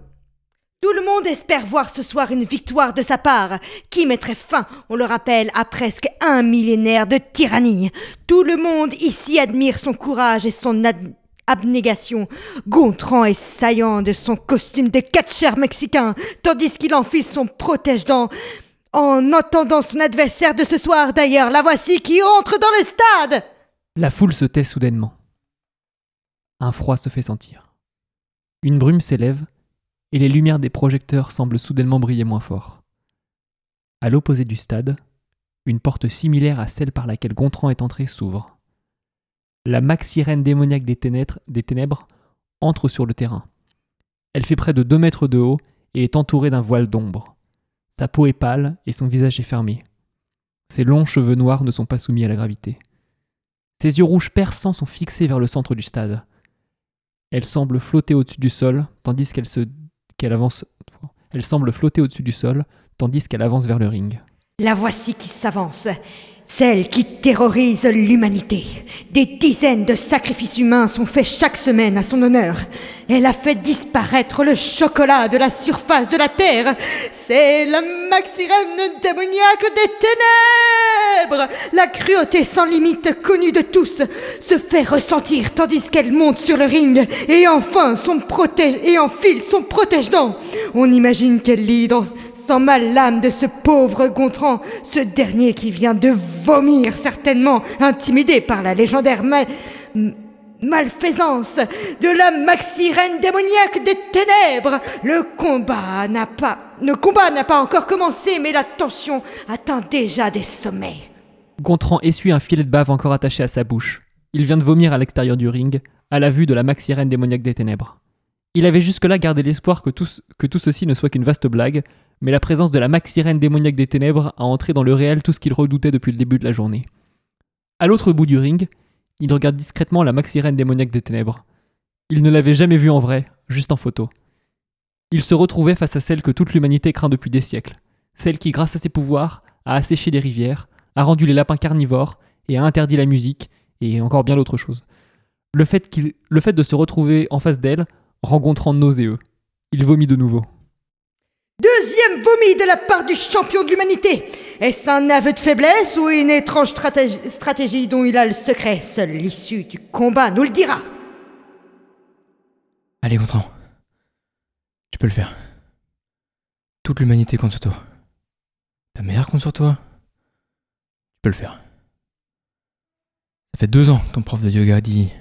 Tout le monde espère voir ce soir une victoire de sa part, qui mettrait fin, on le rappelle, à presque un millénaire de tyrannie. Tout le monde ici admire son courage et son ad- abnégation. Gontran est saillant de son costume de catcheur mexicain, tandis qu'il enfile son protège-dents. En entendant son adversaire de ce soir, d'ailleurs, la voici qui entre dans le stade La foule se tait soudainement. Un froid se fait sentir. Une brume s'élève et les lumières des projecteurs semblent soudainement briller moins fort. À l'opposé du stade, une porte similaire à celle par laquelle Gontran est entré s'ouvre. La maxi-reine démoniaque des ténèbres, des ténèbres entre sur le terrain. Elle fait près de deux mètres de haut et est entourée d'un voile d'ombre. Sa peau est pâle et son visage est fermé. Ses longs cheveux noirs ne sont pas soumis à la gravité. Ses yeux rouges perçants sont fixés vers le centre du stade. Elle semble flotter au-dessus du sol, tandis qu'elle se... qu'elle avance... Elle semble flotter au-dessus du sol, tandis qu'elle avance vers le ring. La voici qui s'avance, celle qui terrorise l'humanité. Des dizaines de sacrifices humains sont faits chaque semaine à son honneur. Elle a fait disparaître le chocolat de la surface de la Terre. C'est la maxirène démoniaque des ténèbres. La cruauté sans limite connue de tous se fait ressentir tandis qu'elle monte sur le ring et enfin son protège et enfile son protège-dents. On imagine qu'elle lit dans sans mal l'âme de ce pauvre Gontran, ce dernier qui vient de vomir certainement, intimidé par la légendaire ma- m- malfaisance de la maxi-reine démoniaque des ténèbres. Le combat n'a pas, le combat n'a pas encore commencé, mais la tension atteint déjà des sommets. Gontran essuie un filet de bave encore attaché à sa bouche. Il vient de vomir à l'extérieur du ring, à la vue de la maxi-reine démoniaque des ténèbres. Il avait jusque-là gardé l'espoir que tout, ce- que tout ceci ne soit qu'une vaste blague, mais la présence de la maxi-reine démoniaque des ténèbres a entré dans le réel tout ce qu'il redoutait depuis le début de la journée. À l'autre bout du ring, il regarde discrètement la maxi-reine démoniaque des ténèbres. Il ne l'avait jamais vue en vrai, juste en photo. Il se retrouvait face à celle que toute l'humanité craint depuis des siècles, celle qui, grâce à ses pouvoirs, a asséché des rivières, a rendu les lapins carnivores et a interdit la musique et encore bien d'autres choses. Le fait, qu'il- le fait de se retrouver en face d'elle rencontrant nauséeux. Il vomit de nouveau. Deuxième vomi de la part du champion de l'humanité. Est-ce un aveu de faiblesse ou une étrange stratég- stratégie dont il a le secret Seule l'issue du combat nous le dira. Allez, Gontran. Tu peux le faire. Toute l'humanité compte sur toi. Ta mère compte sur toi. Tu peux le faire. Ça fait deux ans que ton prof de yoga dit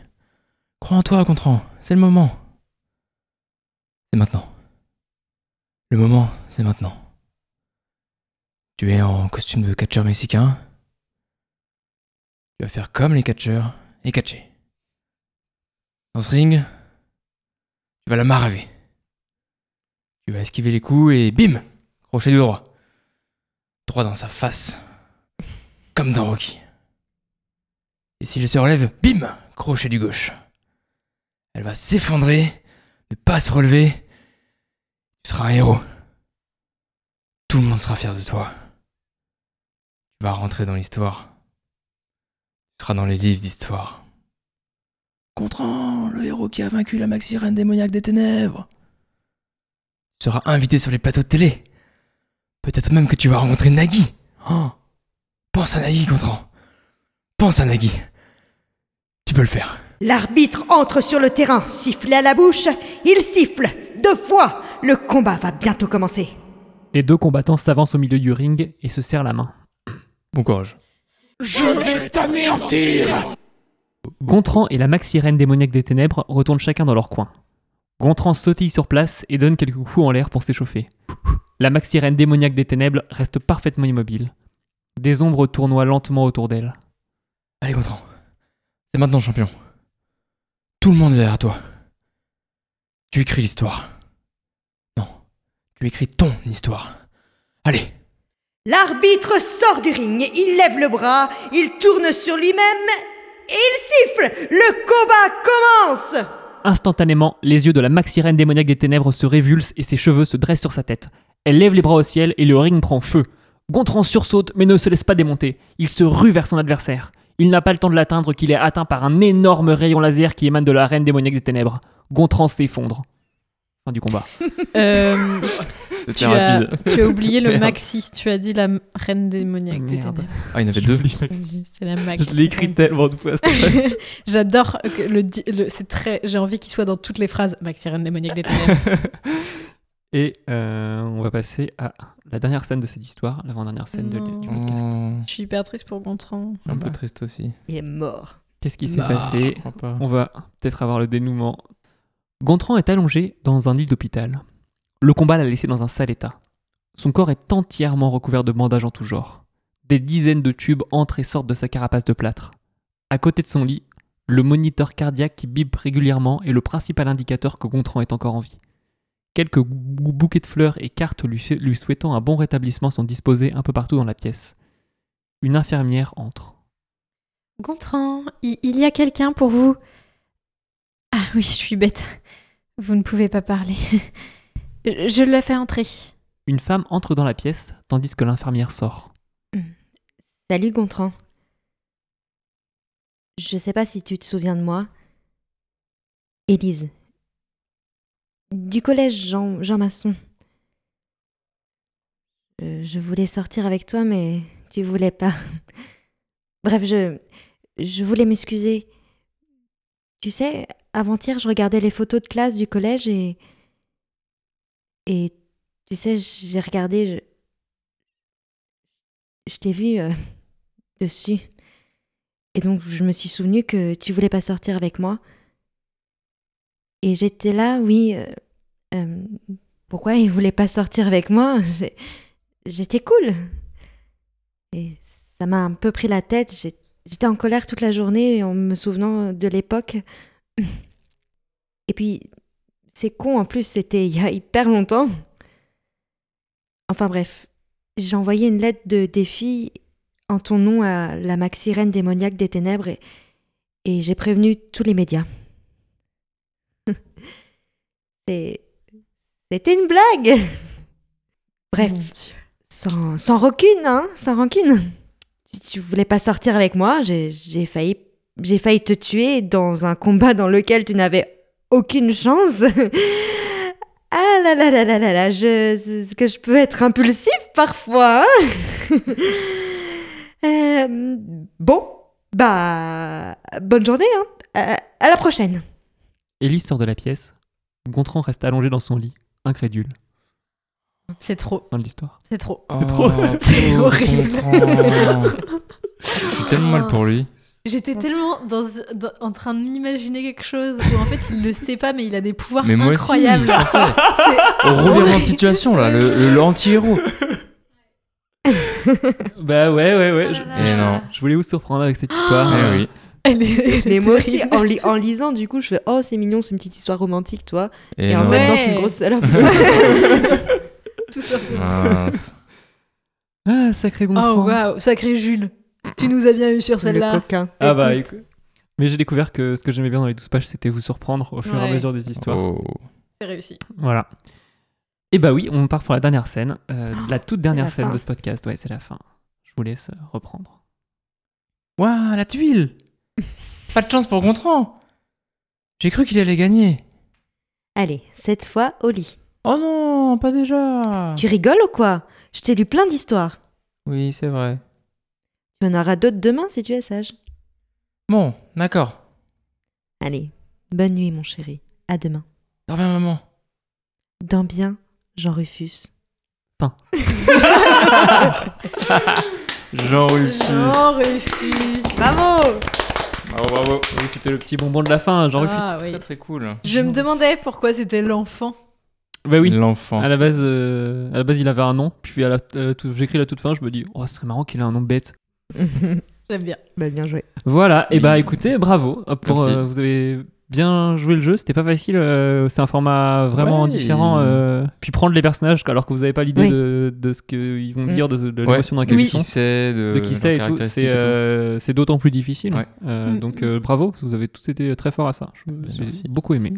Crois en toi, Gontran. C'est le moment. C'est maintenant. Le moment, c'est maintenant. Tu es en costume de catcheur mexicain. Tu vas faire comme les catcheurs et catcher. Dans ce ring, tu vas la maraver. Tu vas esquiver les coups et bim Crochet du droit. Droit dans sa face. Comme dans Rocky. Et s'il se relève, bim Crochet du gauche. Elle va s'effondrer, ne pas se relever. Tu seras un héros. Tout le monde sera fier de toi. Tu vas rentrer dans l'histoire. Tu seras dans les livres d'histoire. Contran, le héros qui a vaincu la maxi reine démoniaque des ténèbres. Tu seras invité sur les plateaux de télé. Peut-être même que tu vas rencontrer Nagui. Oh. Pense à Nagui, Contran. Pense à Nagui. Tu peux le faire. L'arbitre entre sur le terrain, sifflé à la bouche, il siffle deux fois. Le combat va bientôt commencer. Les deux combattants s'avancent au milieu du ring et se serrent la main. Bon courage. Je vais t'anéantir Gontran et la maxi-reine démoniaque des ténèbres retournent chacun dans leur coin. Gontran sautille sur place et donne quelques coups en l'air pour s'échauffer. La maxi-reine démoniaque des ténèbres reste parfaitement immobile. Des ombres tournoient lentement autour d'elle. Allez, Gontran. C'est maintenant, champion. Tout le monde est derrière toi. Tu écris l'histoire. Non, tu écris ton histoire. Allez, L'arbitre sort du ring, il lève le bras, il tourne sur lui-même et il siffle. Le combat commence. Instantanément, les yeux de la maxi-reine démoniaque des ténèbres se révulsent et ses cheveux se dressent sur sa tête. Elle lève les bras au ciel et le ring prend feu. Gontran sursaute mais ne se laisse pas démonter. Il se rue vers son adversaire. Il n'a pas le temps de l'atteindre qu'il est atteint par un énorme rayon laser qui émane de la reine démoniaque des ténèbres. Gontran s'effondre. Fin du combat. [LAUGHS] Euh, tu, C'était as, rapide. tu as [LAUGHS] oublié le Merde. maxi. Tu as dit la m- reine démoniaque des Merde. ténèbres. Ah, il y en [LAUGHS] avait deux. C'est la maxi. Je l'ai écrit tellement de fois. [LAUGHS] J'adore que le, di- le- c'est très. J'ai envie qu'il soit dans toutes les phrases. Maxi reine démoniaque des ténèbres. [LAUGHS] Et euh, on va passer à la dernière scène de cette histoire, l'avant-dernière scène de- Non. du podcast. Oh, Je suis hyper triste pour Gontran. un peu triste aussi. Il est mort. Qu'est-ce qui s'est Bah. passé Je crois pas. On va peut-être avoir le dénouement. Gontran est allongé dans un lit d'hôpital. Le combat l'a laissé dans un sale état. Son corps est entièrement recouvert de bandages en tout genre. Des dizaines de tubes entrent et sortent de sa carapace de plâtre. À côté de son lit, le moniteur cardiaque qui bip régulièrement est le principal indicateur que Gontran est encore en vie. Quelques bou- bou- bouquets de fleurs et cartes lui, lui souhaitant un bon rétablissement sont disposés un peu partout dans la pièce. Une infirmière entre. Gontran, i- il y a quelqu'un pour vous. Ah oui, je suis bête. Vous ne pouvez pas parler. Je je le fais entrer. Une femme entre dans la pièce tandis que l'infirmière sort. Salut Gontran. Je sais pas si tu te souviens de moi. Élise. Du collège Jean, Jean Masson. Euh, je voulais sortir avec toi, mais tu voulais pas. [LAUGHS] Bref, je. Je voulais m'excuser. Tu sais, avant-hier, je regardais les photos de classe du collège et. Et. Tu sais, j'ai regardé. je- je t'ai vu euh, dessus. Et donc, je me suis souvenu que tu voulais pas sortir avec moi. Et j'étais là, oui. euh, euh, pourquoi il voulait pas sortir avec moi J'ai- J'étais cool. Et ça m'a un peu pris la tête. j'ai- J'étais en colère toute la journée en me souvenant de l'époque. Et puis, c'est con en plus, c'était il y a hyper longtemps. Enfin bref, j'ai envoyé une lettre de défi en ton nom à la maxi-reine démoniaque des ténèbres et, et j'ai prévenu tous les médias. [LAUGHS] C'est- C'était une blague Bref, Mon Dieu. sans, sans rancune, hein, sans rancune. Tu, tu voulais pas sortir avec moi, j'ai j'ai failli, j'ai failli te tuer dans un combat dans lequel tu n'avais aucune chance. [LAUGHS] Ah là là là là là là, je, ce que je peux être impulsive parfois. hein. [LAUGHS] Euh, bon, bah, bonne journée. Hein. Euh, à la [LAUGHS] prochaine. Ellie sort de la pièce. Gontran reste allongé dans son lit, incrédule, C'est trop, fin de l'histoire. c'est trop. Oh, trop- c'est pauvre horrible. Gontran. Je suis tellement mal pour lui. J'étais tellement dans, dans- en train de m'imaginer quelque chose où en fait il le sait pas mais il a des pouvoirs Mais moi aussi, je incroyables. pensais. C'est- Au revirement de horrible. situation, là, le, le- le anti-héros. Bah ouais, ouais, ouais. Je, Oh là Eh là. non. je voulais vous surprendre avec cette histoire. Eh oui. [LAUGHS] Elle est- elle est Mais moi aussi, terrible. en, li- en lisant, du coup, je fais Oh, c'est mignon, c'est une petite histoire romantique, toi. Et, Eh en non. fait, non, je suis une Ouais. grosse salope. [LAUGHS] [LAUGHS] Tout simplement. Mince. Ah, sacré Gontran. Oh waouh, sacré Jules. Tu nous as bien eu sur Le celle-là. coquin. Ah bah Écoute. écoute. Mais j'ai découvert que ce que j'aimais bien dans les 12 pages, c'était vous surprendre au fur et à Ouais. mesure des histoires. Oh. C'est réussi. Voilà. Et bah oui, on part pour la dernière scène, euh, Oh, la toute c'est dernière la scène fin. de ce podcast. Ouais, c'est la fin. Je vous laisse euh, reprendre. Ouah, la tuile Pas de chance pour Gontran J'ai cru qu'il allait gagner. Allez, cette fois, au lit. Oh non, pas déjà Tu rigoles ou quoi Je t'ai lu plein d'histoires. Oui, c'est vrai. Tu en auras d'autres demain si tu es sage. Bon, d'accord. Allez, bonne nuit, mon chéri. À demain. Dors bien, maman. Dans bien, Jean Rufus. [LAUGHS] Jean Jean Rufus. Bravo Bravo, bravo. Oui, c'était le petit bonbon de la fin, hein, j'en Ah, refuse. oui. C'est cool. Je me demandais pourquoi c'était l'enfant. Bah oui. L'enfant. À la base, euh, à la base, il avait un nom. Puis à la, à la toute- j'écris la toute fin, je me dis, oh, ce serait marrant qu'il ait un nom bête. J'aime bien. Bah, bien joué. Voilà. Et bah Oui. écoutez, bravo. Hop, Pour, Merci. euh, vous avez bien joué le jeu. C'était pas facile. euh, c'est un format vraiment Ouais. différent. euh, puis prendre les personnages alors que vous avez pas l'idée Oui. de, de ce qu'ils vont Mm. dire de, de Ouais. l'émotion d'un de quelqu'un. qui c'est, de, de qui c'est et tout, c'est euh, c'est d'autant plus difficile. Ouais. Euh, Mm, donc mm. euh, bravo, vous avez tous été très forts à ça. Je- J'ai merci. beaucoup aimé.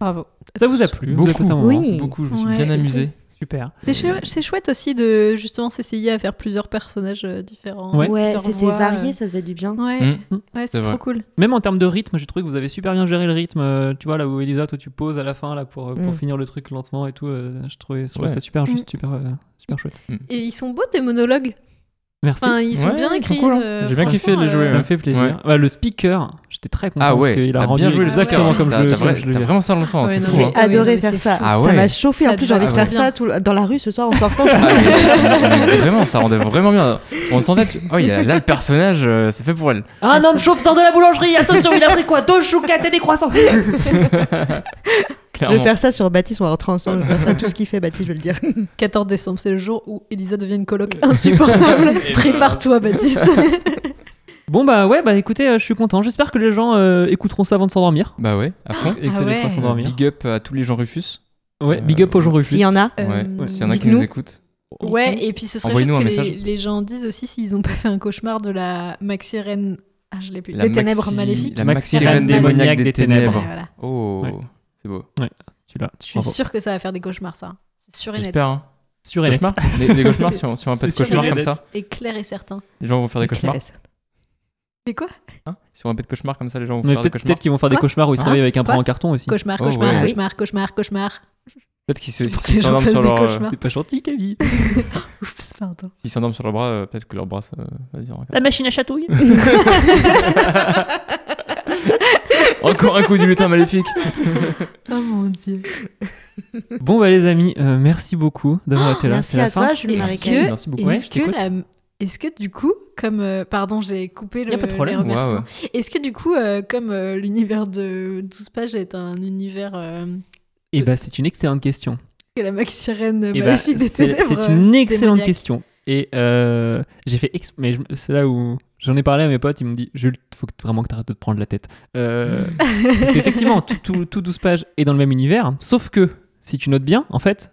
Bravo. Ça vous a plu Vous avez Beaucoup. passé un moment Oui. Beaucoup, je me suis Ouais. bien amusé. Super. C'est Euh, chou- c'est chouette aussi de justement s'essayer à faire plusieurs personnages euh, différents. Ouais. Ouais, plusieurs c'était voix, varié, euh. ça faisait du bien. Ouais, Mm. ouais C'est c'est trop vrai. cool. Même en termes de rythme, j'ai trouvé que vous avez super bien géré le rythme. euh, tu vois, là où Elisa, toi, tu poses à la fin là, pour, euh, pour Mm. finir le truc lentement et tout. euh, je trouvais je trouvais Ouais. ça super juste, Mm. super, euh, super chouette. Et ils sont beaux tes monologues. Merci. Enfin, ils sont Ouais, bien ils sont écrits. cool, hein. euh, J'ai bien kiffé de les franchement, jouer, euh, ça me fait plaisir. Ouais. Bah, le speaker, j'étais très content Ah parce ouais, qu'il a t'as rendu bien joué exactement speaker. comme je T'as le t'as comme vrai- je le t'as verrais. vraiment ça dans le sens, Ouais, c'est non, fou. mais- J'ai hein. Ah oui, non, adoré mais faire c'est ça. fou. Ah Ça ouais. m'a chauffé. Ça En plus, j'ai envie de doit faire être bien. ça tout le- dans la rue ce soir en [LAUGHS] sortant. Ah, mais- mais- mais vraiment, ça rendait vraiment bien. On sentait, tu- oh, il y a- là, le personnage, euh, c'est fait pour elle. Un Ah, homme ça- chauve sort de la boulangerie, attention, il a pris quoi Deux chouquettes et des [LAUGHS] croissants Je vais Clairement. faire ça sur Baptiste, on va rentrer ensemble. Je vais faire ça tout ce qu'il fait, Baptiste, je vais le dire. hein. 14 décembre, c'est le jour où Elisa devient [LAUGHS] une coloc insupportable. Prépare-toi, Baptiste. Bon, bah ouais, bah écoutez, euh, je suis content. J'espère que les gens euh, écouteront ça avant de s'endormir. Bah ouais, à fond. Et que ça Ah les fera ouais. s'endormir. Big up à tous les gens Rufus. Ouais, big up aux gens Rufus. S'il y en a. Euh, Ouais, s'il y en a qui dites-nous. nous écoutent. Ouais, et puis ce serait juste Envoyez-nous que un les, message. les gens disent aussi s'ils ont pas fait un cauchemar de la Maxi Reine. Ah, je l'ai plus. La Des ténèbres maxi- maléfiques. La Maxi maxi Reine reine démoniaque des Ouais, ténèbres. voilà. Oh, Ouais. c'est beau. Celui-là. Je suis sûre que ça va faire des cauchemars, ça. C'est sûr et net. J'espère. hein. Sur Elite. Cauchemars les, les cauchemars, si on, si on a pas de C'est cauchemars sûr. comme ça, Et clair et certain. les gens vont faire des cauchemars. C'est quoi Hein si on a pas de cauchemars comme ça, les gens vont Mais faire des peut-être cauchemars. peut-être qu'ils vont faire des Quoi cauchemars où ils se Hein réveillent avec un bras Quoi en carton aussi. Cauchemar, Oh, cauchemar, ouais. cauchemar, cauchemar, cauchemar. Peut-être qu'ils se- C'est pour que s'ils les gens s'endorment fassent sur, des leur, euh, cauchemars. C'est pas gentil, Camille. Oups, pardon. s'ils s'endorment sur leur bras, euh, peut-être que leur bras, ça va dire. La machine à chatouille Encore un coup du lutin maléfique. Oh mon dieu. Bon, bah les amis, euh, merci beaucoup d'avoir Oh, été là. Merci C'est la à fin. toi, Jules Est-ce Marécage. que, Merci beaucoup. Ouais, je est-ce que, t'écoute. la- est-ce que du coup, comme. euh, pardon, j'ai coupé le, Y a pas de problème. les remerciements. Waouh. Est-ce que du coup, euh, comme euh, l'univers de 12 pages est un univers euh, Et bah, c'est une excellente question. que la maxi-reine Eh ben, maléfique des c'est ténèbres c'est une euh, excellente démoniaque. [LAUGHS] question. Et euh, j'ai fait exp- mais je- c'est là où j'en ai parlé à mes potes, ils me disent Jules, faut que- vraiment que t'arrêtes de te prendre la tête. Euh, Mm. parce qu'effectivement, tout, tout, tout 12 pages est dans le même univers, sauf que si tu notes bien, en fait,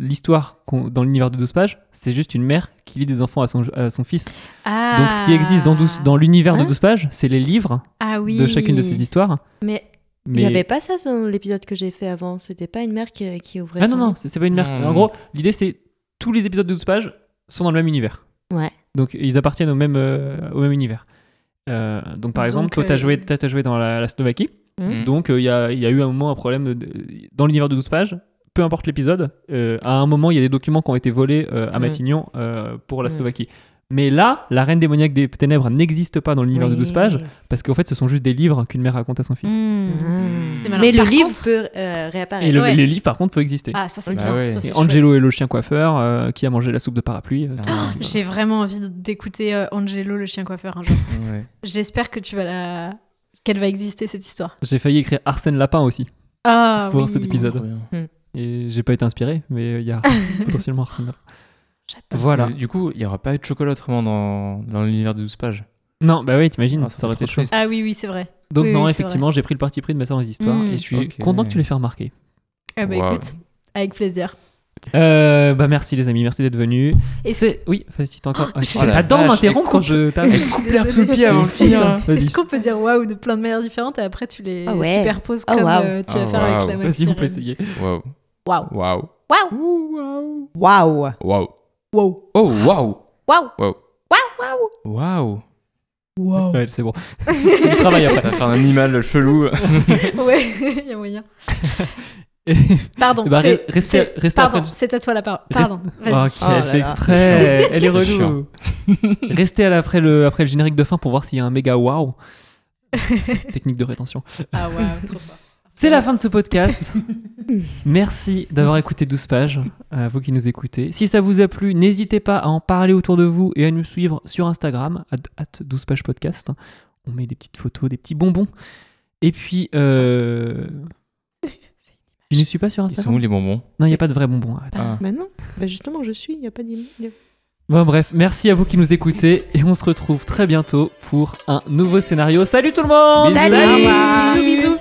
l'histoire qu'on- dans l'univers de 12 pages, c'est juste une mère qui lit des enfants à son, à son fils. Ah. Donc ce qui existe dans, 12 dans l'univers Hein de 12 pages, c'est les livres Ah oui. de chacune de ces histoires. Mais il Mais n'y avait pas ça dans l'épisode que j'ai fait avant. C'était pas une mère qui, qui ouvrait Ah son non, non, livre. c'est c'est pas une merde. Non, En non. gros, l'idée c'est tous les épisodes de 12 pages sont dans le même univers. Ouais. Donc ils appartiennent au même, euh, au même univers. Euh, donc par Donc, exemple, toi euh, t'as joué, t'as- t'as joué dans la, la Slovaquie, euh, Mhm. donc il y, a, y a eu un moment un problème de- dans l'univers de 12 pages. peu importe l'épisode, euh, à un moment, il y a des documents qui ont été volés euh, à Mm. Matignon euh, pour la Mm. Slovaquie. Mais là, la Reine démoniaque des ténèbres n'existe pas dans l'univers de 12 pages, parce qu'en fait, ce sont juste des livres qu'une mère raconte à son Hmm. fils. Mmh. C'est malin. Mm. Mais le Par livre contre- peut Et euh, réapparaître. le, Ouais. les livres, par contre, peuvent exister. Ah, ça c'est Bah bien. ouais. ça, c'est et Angelo chouette. et le chien coiffeur euh, qui a mangé la soupe de parapluie. euh, Ah, c'est- J'ai vraiment envie d'écouter euh, Angelo le chien coiffeur un jour. Ouais. J'espère que tu vas la qu'elle va exister cette histoire. J'ai failli écrire Arsène Lapin aussi Ah pour oui. cet épisode. Trop bien. Et j'ai pas été inspiré, mais euh, il y [LAUGHS] a potentiellement Arsène Lapin. J'adore. Parce Voilà. que, du coup, il n'y aura pas eu de chocolat autrement dans, dans l'univers de 12 pages. Non, bah oui, t'imagines, Ah, ça aurait serait été trop chaud. triste. Ah oui oui, c'est vrai. Donc Oui, non, oui, c'est effectivement, j'ai pris le parti pris de mettre ça dans les histoires Mm. et je suis Ok. content que tu l'aies fait remarquer. Ah bah Waouh. écoute, avec plaisir. Euh, bah merci les amis, merci d'être venus. Est-ce- C'est oui, vas-y, t'as encore. Ah, j'ai- tu- Oh la T'adores vache, m'interrompre elle quand je t'arrête. Elle coupe l'air sous le pied Désolée, avant de finir. hein. Vas-y. Est-ce qu'on peut dire waouh de plein de manières différentes et après tu les Ah ouais. superposes Ah comme waouh. euh, tu Ah vas faire avec waouh. la Vas-y, on maxi peut essayer. Waouh. Waouh. Waouh. Waouh. Ouh, Waouh Waouh. Waouh. Wow. Oh, waouh. Waouh. Waouh. Waouh. Waouh. Ouais, c'est [LAUGHS] bon. C'est du travail Oh. Ça après. va faire un animal chelou. Waouh. [LAUGHS] Ouais, [LAUGHS] il y a moyen. Et- [LAUGHS] Pardon. Bah, c'est- re- restez- c'est- restez Pardon, après. c'est à toi la parole. Reste- Pardon. Oh, Vas-y. quel Oh là là. extrait Elle est C'est relou. [LAUGHS] Restez à la- après le, après le générique de fin pour voir s'il y a un méga waouh. Technique de rétention. Ah waouh, trop fort. C'est la fin de ce podcast. Merci d'avoir écouté 12 pages, à vous qui nous écoutez. Si ça vous a plu, n'hésitez pas à en parler autour de vous et à nous suivre sur Instagram, at 12 pages podcast. On met des petites photos, des petits bonbons. Et puis, euh... tu ne suis pas sur Ils sont où Instagram les bonbons Non, il n'y a pas de vrais bonbons, arrête. Ah. Bah non, bah justement, je suis, il n'y a pas d'email. Bon, bref, merci à vous qui nous écoutez et on se retrouve très bientôt pour un nouveau scénario. Salut tout le monde Bisous. Salut. Bisous, bisous.